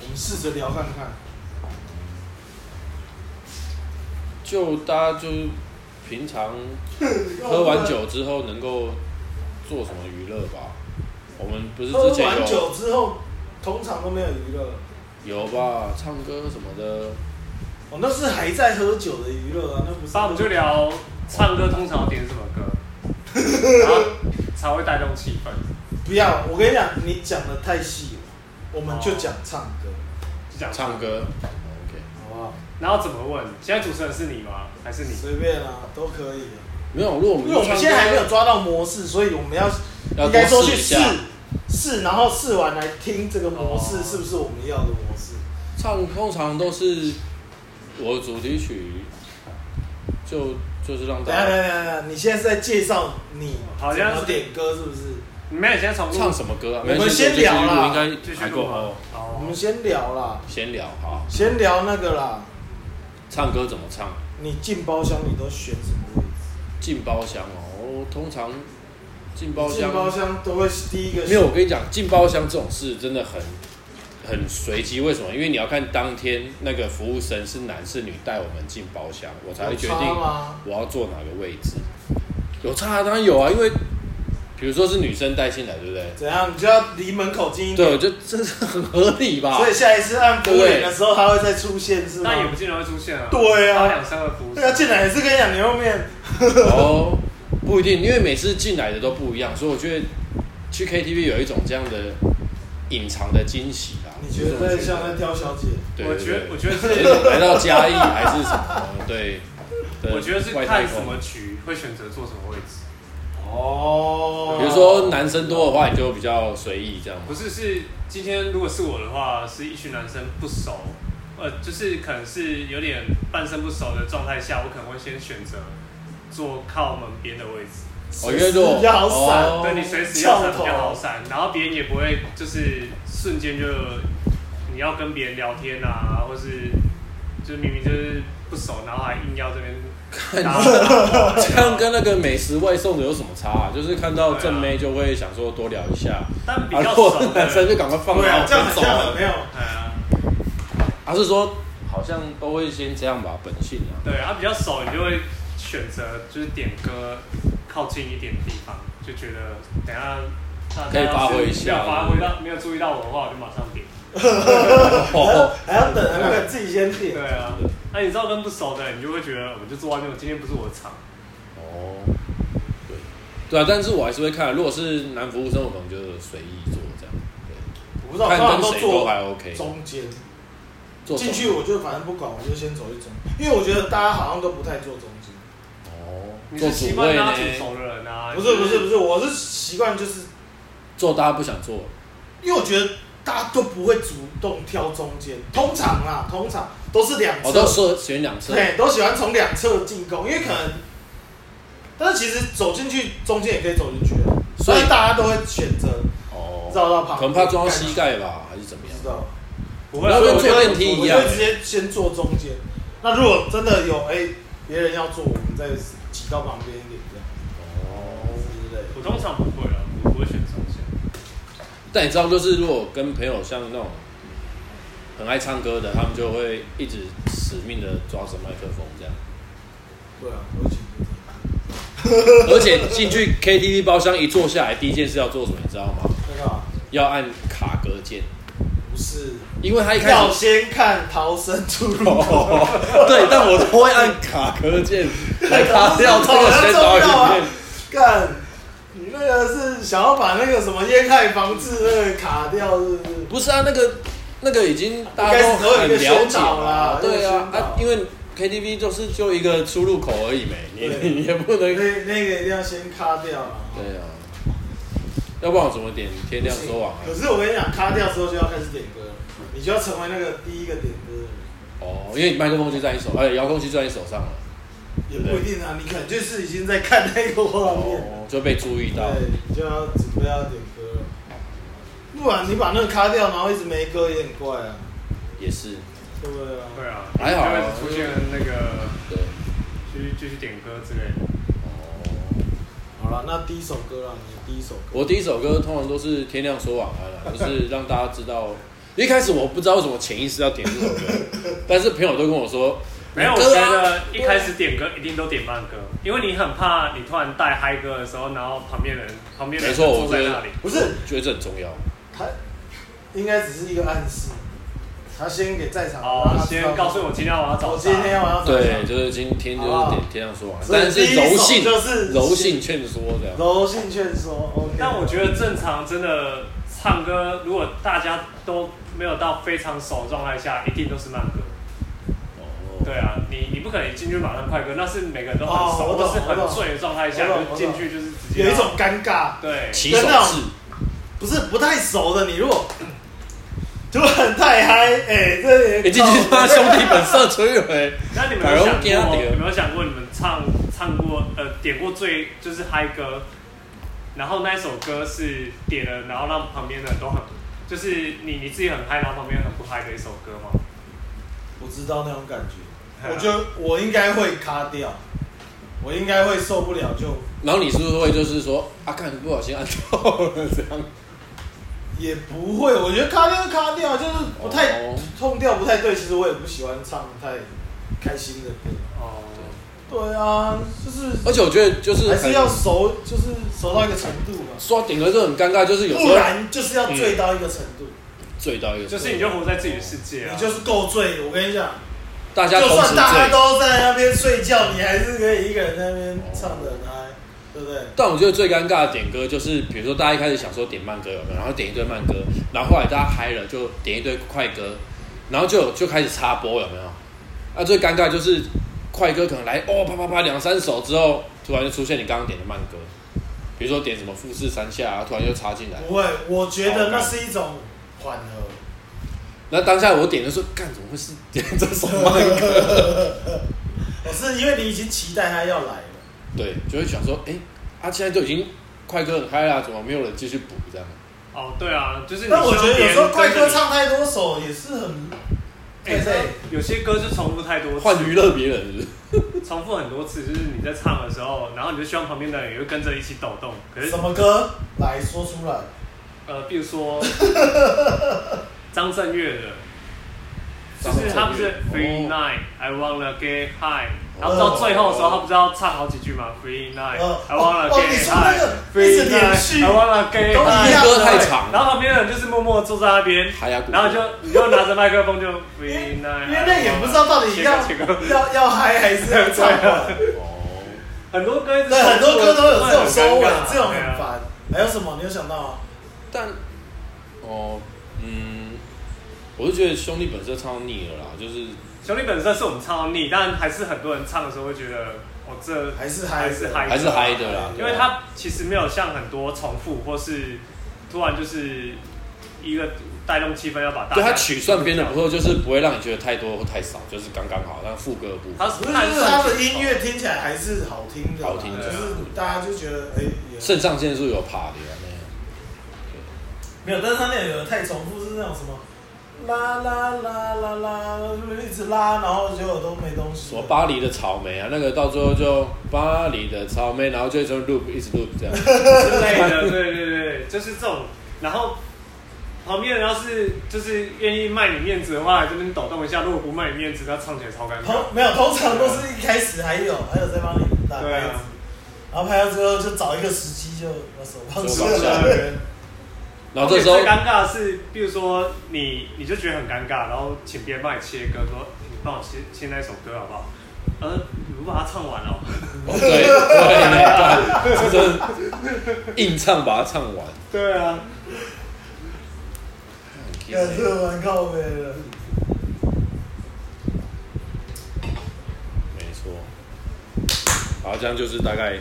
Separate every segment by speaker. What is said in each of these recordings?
Speaker 1: 你试着聊看看。
Speaker 2: 就大家就平常喝完酒之后能够做什么娱乐吧？我们不是
Speaker 1: 喝
Speaker 2: 之前
Speaker 1: 完
Speaker 2: 有
Speaker 1: 酒之后，通常都没有娱乐。
Speaker 2: 有吧，唱歌什么的，
Speaker 1: 哦，那是还在喝酒的娱乐啊，那不是。
Speaker 3: 那我们就聊唱歌通常点什么 歌，然后才会带动气氛，
Speaker 1: 不要，我跟你讲，你讲的太细了，我们就讲唱歌，
Speaker 3: 就讲
Speaker 2: 唱，歌。OK，哦
Speaker 1: 好不好？
Speaker 3: 然后怎么问？现在主持人是你吗？还是你？
Speaker 1: 随便啊，都可以的。
Speaker 2: 没有，如果我
Speaker 1: 因
Speaker 2: 们
Speaker 1: 为我们
Speaker 2: 唱歌
Speaker 1: 现在还没有抓到模式，所以我们要
Speaker 2: 要
Speaker 1: 应该说
Speaker 2: 多
Speaker 1: 去
Speaker 2: 试一
Speaker 1: 试
Speaker 2: 下。
Speaker 1: 试，然后试完来听这个模式
Speaker 3: 哦
Speaker 1: 是不是我们要的模式。
Speaker 2: 唱通常都是我的主题曲，就就是让
Speaker 1: 等
Speaker 2: 大
Speaker 1: 一下等
Speaker 2: 家
Speaker 1: 一下等一下，你现在是在介绍你
Speaker 3: 好
Speaker 1: 怎
Speaker 3: 像是
Speaker 1: 么点歌是不是？
Speaker 3: 你们也先从
Speaker 2: 唱什么歌啊？
Speaker 1: 我们
Speaker 2: 没关系
Speaker 1: 先聊啦
Speaker 2: 我们继续录
Speaker 3: 继
Speaker 2: 应该
Speaker 3: 续
Speaker 2: 还
Speaker 3: 录
Speaker 2: 够
Speaker 3: 吗
Speaker 2: 哦。？
Speaker 1: 我
Speaker 3: 哦
Speaker 1: 们，啊先聊啦，
Speaker 2: 闲聊好，
Speaker 1: 先聊那个啦。
Speaker 2: 唱歌怎么唱？
Speaker 1: 你进包厢你都选什么位置？
Speaker 2: 进包厢哦，我通常进包
Speaker 1: 进
Speaker 2: 厢
Speaker 1: 包厢都会第一个
Speaker 2: 没有，我跟你讲，进包厢这种事真的很很随机。为什么？因为你要看当天那个服务生是男是女带我们进包厢，我才会决定
Speaker 1: 有差吗？
Speaker 2: 我要坐哪个位置。有差啊当然有啊，因为比如说是女生带进来，对不对？
Speaker 1: 怎样？你就要离门口近一点。
Speaker 2: 对，我就这是很合理
Speaker 1: 嗯
Speaker 2: 吧？
Speaker 1: 所以下一次按服务员的时候，他会再出现是吗？
Speaker 3: 但也不见得会出现啊。
Speaker 1: 对啊
Speaker 3: 他两三个服务生
Speaker 1: 对啊，进来也是跟你讲牛肉面，
Speaker 2: 哦，不一定，因为每次进来的都不一样，所以我觉得去 KTV 有一种这样的隐藏的惊喜啊。
Speaker 1: 你觉得在像在挑小姐？
Speaker 2: 对，
Speaker 3: 我
Speaker 2: 对
Speaker 3: 觉得，我
Speaker 2: 对
Speaker 3: 觉 得
Speaker 2: 对
Speaker 3: 是，
Speaker 2: 对来到嘉义还是什么？对，对
Speaker 3: 我觉得是
Speaker 2: 外太
Speaker 3: 看
Speaker 2: 空
Speaker 3: 什么局会选择坐什么位置，
Speaker 1: 哦，
Speaker 2: 比如说男生多的话，你就比较随意 这样嘛。
Speaker 3: 不是是今天如果是我的话，是一群男生不熟，呃，就是可能是有点半生不熟的状态下，我可能会先选择坐靠门边的位置，
Speaker 2: 哦，因为如果
Speaker 1: 比较好闪
Speaker 2: 哦
Speaker 3: 对你随时要
Speaker 1: 翘
Speaker 3: 闪比
Speaker 1: 头
Speaker 3: 较好闪，然后别人也不会就是瞬间就你要跟别人聊天啊，或是就是明明就是不熟，然后还硬要这边打打
Speaker 2: 这样跟那个美食外送的有什么差啊？就是看到正妹就会想说多聊一下，
Speaker 3: 但比
Speaker 2: 啊，
Speaker 3: 较
Speaker 2: 如
Speaker 3: 熟
Speaker 2: 果
Speaker 3: 的
Speaker 2: 男生就赶快放
Speaker 1: 对啊，
Speaker 2: 好
Speaker 1: 这样很
Speaker 2: 走了
Speaker 1: 像很没有。
Speaker 3: 哎呀
Speaker 2: 他是说好像都会先这样吧，本性 啊。
Speaker 3: 对，他比较熟，你就会选择就是点歌靠近一点的地方，就觉得等一下大家
Speaker 2: 可以发挥一下
Speaker 3: 要是没有发挥到没有注意到我的话，我就马上点。
Speaker 1: 还要
Speaker 2: 哦，
Speaker 1: 还要等那个自己先点
Speaker 3: 对。啊，那、你知道跟不熟的，你就会觉得我就坐外面，我今天不是我的场。
Speaker 2: 哦对，对啊，但是我还是会看。如果是男服务生，我可能就随意做这样。对，
Speaker 1: 我不知道，通
Speaker 2: 看
Speaker 1: 常都
Speaker 2: 跟谁都
Speaker 1: 坐
Speaker 2: 还 OK。
Speaker 1: 中间
Speaker 2: 做哦
Speaker 1: 进去，我就反正不管，我就先走一走，因为我觉得大家好像都不太坐中间。
Speaker 2: 哦，
Speaker 3: 你
Speaker 2: 做
Speaker 3: 是
Speaker 2: 主
Speaker 3: 习
Speaker 2: 位
Speaker 3: 惯拉主
Speaker 2: 呢？
Speaker 3: 熟的人啊？
Speaker 1: 不是不是不
Speaker 3: 是，
Speaker 1: 是，我是习惯就是，
Speaker 2: 做大家不想做，
Speaker 1: 因为我觉得大家都不会主动挑中间，通常啊，通常都是两
Speaker 2: 我哦都
Speaker 1: 侧，
Speaker 2: 设选两侧。
Speaker 1: 对，都喜欢从两侧进攻，因为可能，但是其实走进去中间也可以走进去的，
Speaker 2: 所以
Speaker 1: 但是大家都会选择
Speaker 2: 哦，
Speaker 1: 绕到旁边，
Speaker 2: 可能怕撞到膝，盖吧，还是怎么
Speaker 1: 不
Speaker 2: 样
Speaker 1: 知？道。
Speaker 3: 不
Speaker 2: 那
Speaker 3: 所以
Speaker 2: 跟
Speaker 3: 我觉
Speaker 2: 坐
Speaker 3: 得
Speaker 2: 电梯一样
Speaker 1: 我就直接先坐中间。那如果真的有哎别、人要坐，我们再挤到旁边一点这样
Speaker 2: 哦，
Speaker 1: 之类的。
Speaker 3: 我通常不会啊，我不会选中线。
Speaker 2: 但你知道，就是如果跟朋友像那种很爱唱歌的，他们就会一直死命的抓着麦克风这样。
Speaker 1: 对啊，我请你
Speaker 2: 而且进去 KTV 包厢一坐下来，第一件事要做什么，你知道吗？
Speaker 1: 那个啊
Speaker 2: 要按卡格键，
Speaker 1: 不是
Speaker 2: 因为他一开
Speaker 1: 要
Speaker 2: 始。
Speaker 1: 先看逃生出 路。
Speaker 2: 哦， 对，但我都会按卡格键 来卡掉这个啊宣导影片。
Speaker 1: 干，你那个是想要把那个什么烟害防治那个卡掉，是不是？
Speaker 2: 不是啊，那个那个已经大家都很了解了，对啊，啊，因为 KTV 就是就一个出入口而已没，你
Speaker 1: 对啊
Speaker 2: 你也不能对
Speaker 1: 那那个一定要先卡掉啊。
Speaker 2: 啊，要不然我怎么点天亮说完啊？
Speaker 1: 可是我跟你讲，卡掉之后就要开始点歌了，你就要成为那个第一个点歌的人。
Speaker 2: 哦，因为麦克风就在你手，哎，遥控器就在你手上了，
Speaker 1: 也不一定啊，你可能就是已经在看那个画面，
Speaker 2: 哦，就被注意到。
Speaker 1: 对，你就要准备要点歌了。不然你把那个卡掉，然后一直没歌也很怪啊，
Speaker 2: 也是，
Speaker 1: 对不对啊？
Speaker 3: 会啊，
Speaker 2: 还好啊
Speaker 3: 就会出现那个
Speaker 2: 对，
Speaker 3: 去继续点歌之类的。
Speaker 2: 哦，
Speaker 1: 好了，那第一首歌啦，你的第一首歌，
Speaker 2: 啊 我第一首歌通常都是天亮说晚安了，就是让大家知道，一开始我不知道为什么潜意识要点这首歌，但是朋友都跟我 说，
Speaker 3: 没有，我
Speaker 2: 歌
Speaker 3: 觉
Speaker 2: 啊
Speaker 3: 得一开始点歌一定都点慢歌，因为你很怕你突然带嗨歌的时候，然后旁边人旁边人
Speaker 2: 没错我
Speaker 3: 坐在
Speaker 2: 觉得
Speaker 3: 那里，
Speaker 1: 不是
Speaker 2: 觉得这很重要。
Speaker 1: 他应该只是一个暗示，他先给在场的
Speaker 3: 好啊
Speaker 1: 让，他知道
Speaker 3: 先告诉我今天我要找
Speaker 1: 我
Speaker 3: 啥
Speaker 1: 今，天晚上
Speaker 2: 对，就是今天就是
Speaker 1: 好不
Speaker 2: 点
Speaker 1: 好
Speaker 2: 天上说完，
Speaker 1: 所以
Speaker 2: 但
Speaker 1: 第一
Speaker 2: 是
Speaker 1: 首
Speaker 2: 柔性
Speaker 1: 就是
Speaker 2: 柔性劝说这样。
Speaker 1: 柔性劝说，OK。
Speaker 3: 但我觉得正常真的唱歌，如果大家都没有到非常熟的状态下，一定都是慢歌。
Speaker 2: 哦
Speaker 3: 对啊，你你不可能进去马上快歌，那是每个人都很
Speaker 1: 哦
Speaker 3: 熟，
Speaker 1: 我
Speaker 3: 都
Speaker 1: 懂
Speaker 3: 是
Speaker 1: 我
Speaker 3: 很
Speaker 1: 懂
Speaker 3: 醉的状态下哦
Speaker 1: 我懂我
Speaker 3: 就
Speaker 1: 懂
Speaker 3: 进去就是直接啊
Speaker 1: 有一种尴尬，
Speaker 3: 对
Speaker 2: 起手
Speaker 1: 跟那
Speaker 2: 式
Speaker 1: 种，不是不太熟的，你如果 突然太嗨，哎、这也
Speaker 2: 哎，进去他妈兄弟本色摧毁。
Speaker 3: 那你们有想
Speaker 2: 反而我
Speaker 3: 过，
Speaker 2: 怕
Speaker 3: 有没有想过你们唱唱过呃点过最就是嗨歌，然后那一首歌是点了，然后让旁边的都很，就是你你自己很嗨，然后旁边很不嗨的一首歌吗？
Speaker 1: 我知道那种感觉，我觉得我应该会卡掉，我应该会受不了就，
Speaker 2: 然后你是不是会就是说啊，看不小心按到了这样？
Speaker 1: 也不会，我觉得卡掉就卡掉，就是不太、
Speaker 2: 哦
Speaker 1: 痛调不太对。其实我也不喜欢唱太开心的歌，
Speaker 3: 哦，
Speaker 1: 对啊，就是
Speaker 2: 而且我觉得就是
Speaker 1: 还
Speaker 2: 很
Speaker 1: 是要熟，就是熟到一个程度嘛，
Speaker 2: 说到顶格就很尴尬，就是有时
Speaker 1: 不
Speaker 2: 候
Speaker 1: 然就是要醉到一个程度，
Speaker 2: 醉到一个，
Speaker 3: 就是你就活在自己的世界啊，
Speaker 1: 你就是够醉。我跟你讲。
Speaker 2: 嗯大家
Speaker 1: 就
Speaker 2: 同时
Speaker 1: 算大家
Speaker 2: 醉。
Speaker 1: 都在那边睡觉，你还是可以一个人在那边唱的很嗨，对不对？
Speaker 2: 但我觉得最尴尬的点歌就是，比如说大家一开始想说点慢歌有没有，然后点一堆慢歌，然后后来大家嗨了就点一堆快歌，然后就有就开始插播有没有？啊，最尴尬就是快歌可能来哦啪啪啪两三首之后，突然就出现你刚刚点的慢歌，比如说点什么富士山下、啊，突然又插进来，
Speaker 1: 不会，我觉得那是一种缓
Speaker 2: 哦
Speaker 1: 和。
Speaker 2: 那当下我点的时候，干怎么会是 点这首慢歌？
Speaker 1: 我是因为你已经期待他要来了，
Speaker 2: 对，就会想说，哎、啊现在就已经快歌很嗨啦，怎么没有人继续补这样？
Speaker 3: 哦，对啊，就是你
Speaker 1: 但我觉得有时候快歌
Speaker 3: 跟着你，
Speaker 1: 唱太多首也是很
Speaker 3: 哎、
Speaker 1: 太累。
Speaker 3: 有些歌就重复太多次，
Speaker 2: 换娱乐别人是不是
Speaker 3: 重复很多次，就是你在唱的时候，然后你就希望旁边的人也会跟着一起抖动，可是
Speaker 1: 什么歌来说出来？
Speaker 3: 呃，比如说张震岳的，就
Speaker 2: 张震岳
Speaker 3: 是他不是
Speaker 2: 哦
Speaker 3: Free Night I wanna get high，然后到最后的时候，他不是要唱好几句吗？Free Night
Speaker 1: 哦
Speaker 3: I wanna
Speaker 1: 哦你
Speaker 3: get
Speaker 1: 说那
Speaker 3: high
Speaker 1: 个一
Speaker 3: Free
Speaker 1: 直连
Speaker 3: Night
Speaker 1: 续
Speaker 3: I wanna get
Speaker 1: 都一样
Speaker 3: high，
Speaker 2: 歌太长
Speaker 3: 然后旁边的人就是默默坐在那边
Speaker 2: 海牙，鼓
Speaker 3: 然后就你就拿着麦克风就
Speaker 1: 因为
Speaker 3: Free
Speaker 1: 因
Speaker 3: Night，
Speaker 1: 为那也不知道到底要
Speaker 3: 切割切割
Speaker 1: 要要嗨还是要唱完。
Speaker 2: 哦，
Speaker 3: 很多歌一直
Speaker 1: 对，很多歌都有这种收尾
Speaker 3: 会很尴尬，
Speaker 1: 这种很
Speaker 3: 对啊
Speaker 1: 烦。还有什么？你有想到吗？
Speaker 2: 但哦，嗯，我是觉得兄弟本身唱到腻了啦，就是
Speaker 3: 兄弟本身是我们唱到腻，但还是很多人唱的时候会觉得，哦，这
Speaker 1: 还是嗨
Speaker 3: 还是嗨，
Speaker 2: 还是嗨的啦，
Speaker 3: 因为它其实没有像很多重复或是突然就是一个带动气氛要把大家
Speaker 2: 啊对他曲算编的不错，就是不会让你觉得太多或太少，就是刚刚好。但副歌的部分
Speaker 3: 它
Speaker 1: 不
Speaker 3: 是
Speaker 1: 是，
Speaker 3: 它
Speaker 1: 就是他的音
Speaker 3: 乐
Speaker 1: 乐听起来还是好听的啦，
Speaker 2: 好听的
Speaker 1: 就是大家就觉得哎、也
Speaker 2: 肾上腺素有爬的啊那样。
Speaker 1: 没有，但是他那个有的太重复，是那种什么啦啦啦啦啦，一直拉，然后结果都没东西。
Speaker 2: 什么巴黎的草莓啊，那个到最后就巴黎的草莓，然后就一直 loop 一直 loop 这样。
Speaker 3: 之类的，对对对，就是这种。然后旁边人要是就是愿意卖你面子的话，这边抖动一下；如果不卖你面子，那唱起来超尴尬。
Speaker 1: 通没有，通常都是一开始还有，还有在帮你打
Speaker 3: 对
Speaker 1: 拍子，
Speaker 3: 啊
Speaker 1: 然后拍到之后就找一个时机就把手放
Speaker 2: 手
Speaker 1: 下
Speaker 2: 放下
Speaker 1: 来。
Speaker 2: 来 然哦后这时
Speaker 3: 而
Speaker 2: 候
Speaker 3: 且最尴尬的是，比如说你你就觉得很尴尬，然后请别人帮你切歌，说嗯你帮我切切那一首歌好不好？呃，你不把它唱完了、
Speaker 2: 对对， 对就是硬唱把它唱完。
Speaker 3: 对啊，
Speaker 1: 感觉蛮靠背的。
Speaker 2: 没错。好，这样就是大概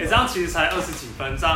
Speaker 3: 哎、这样其实才二十几分，这样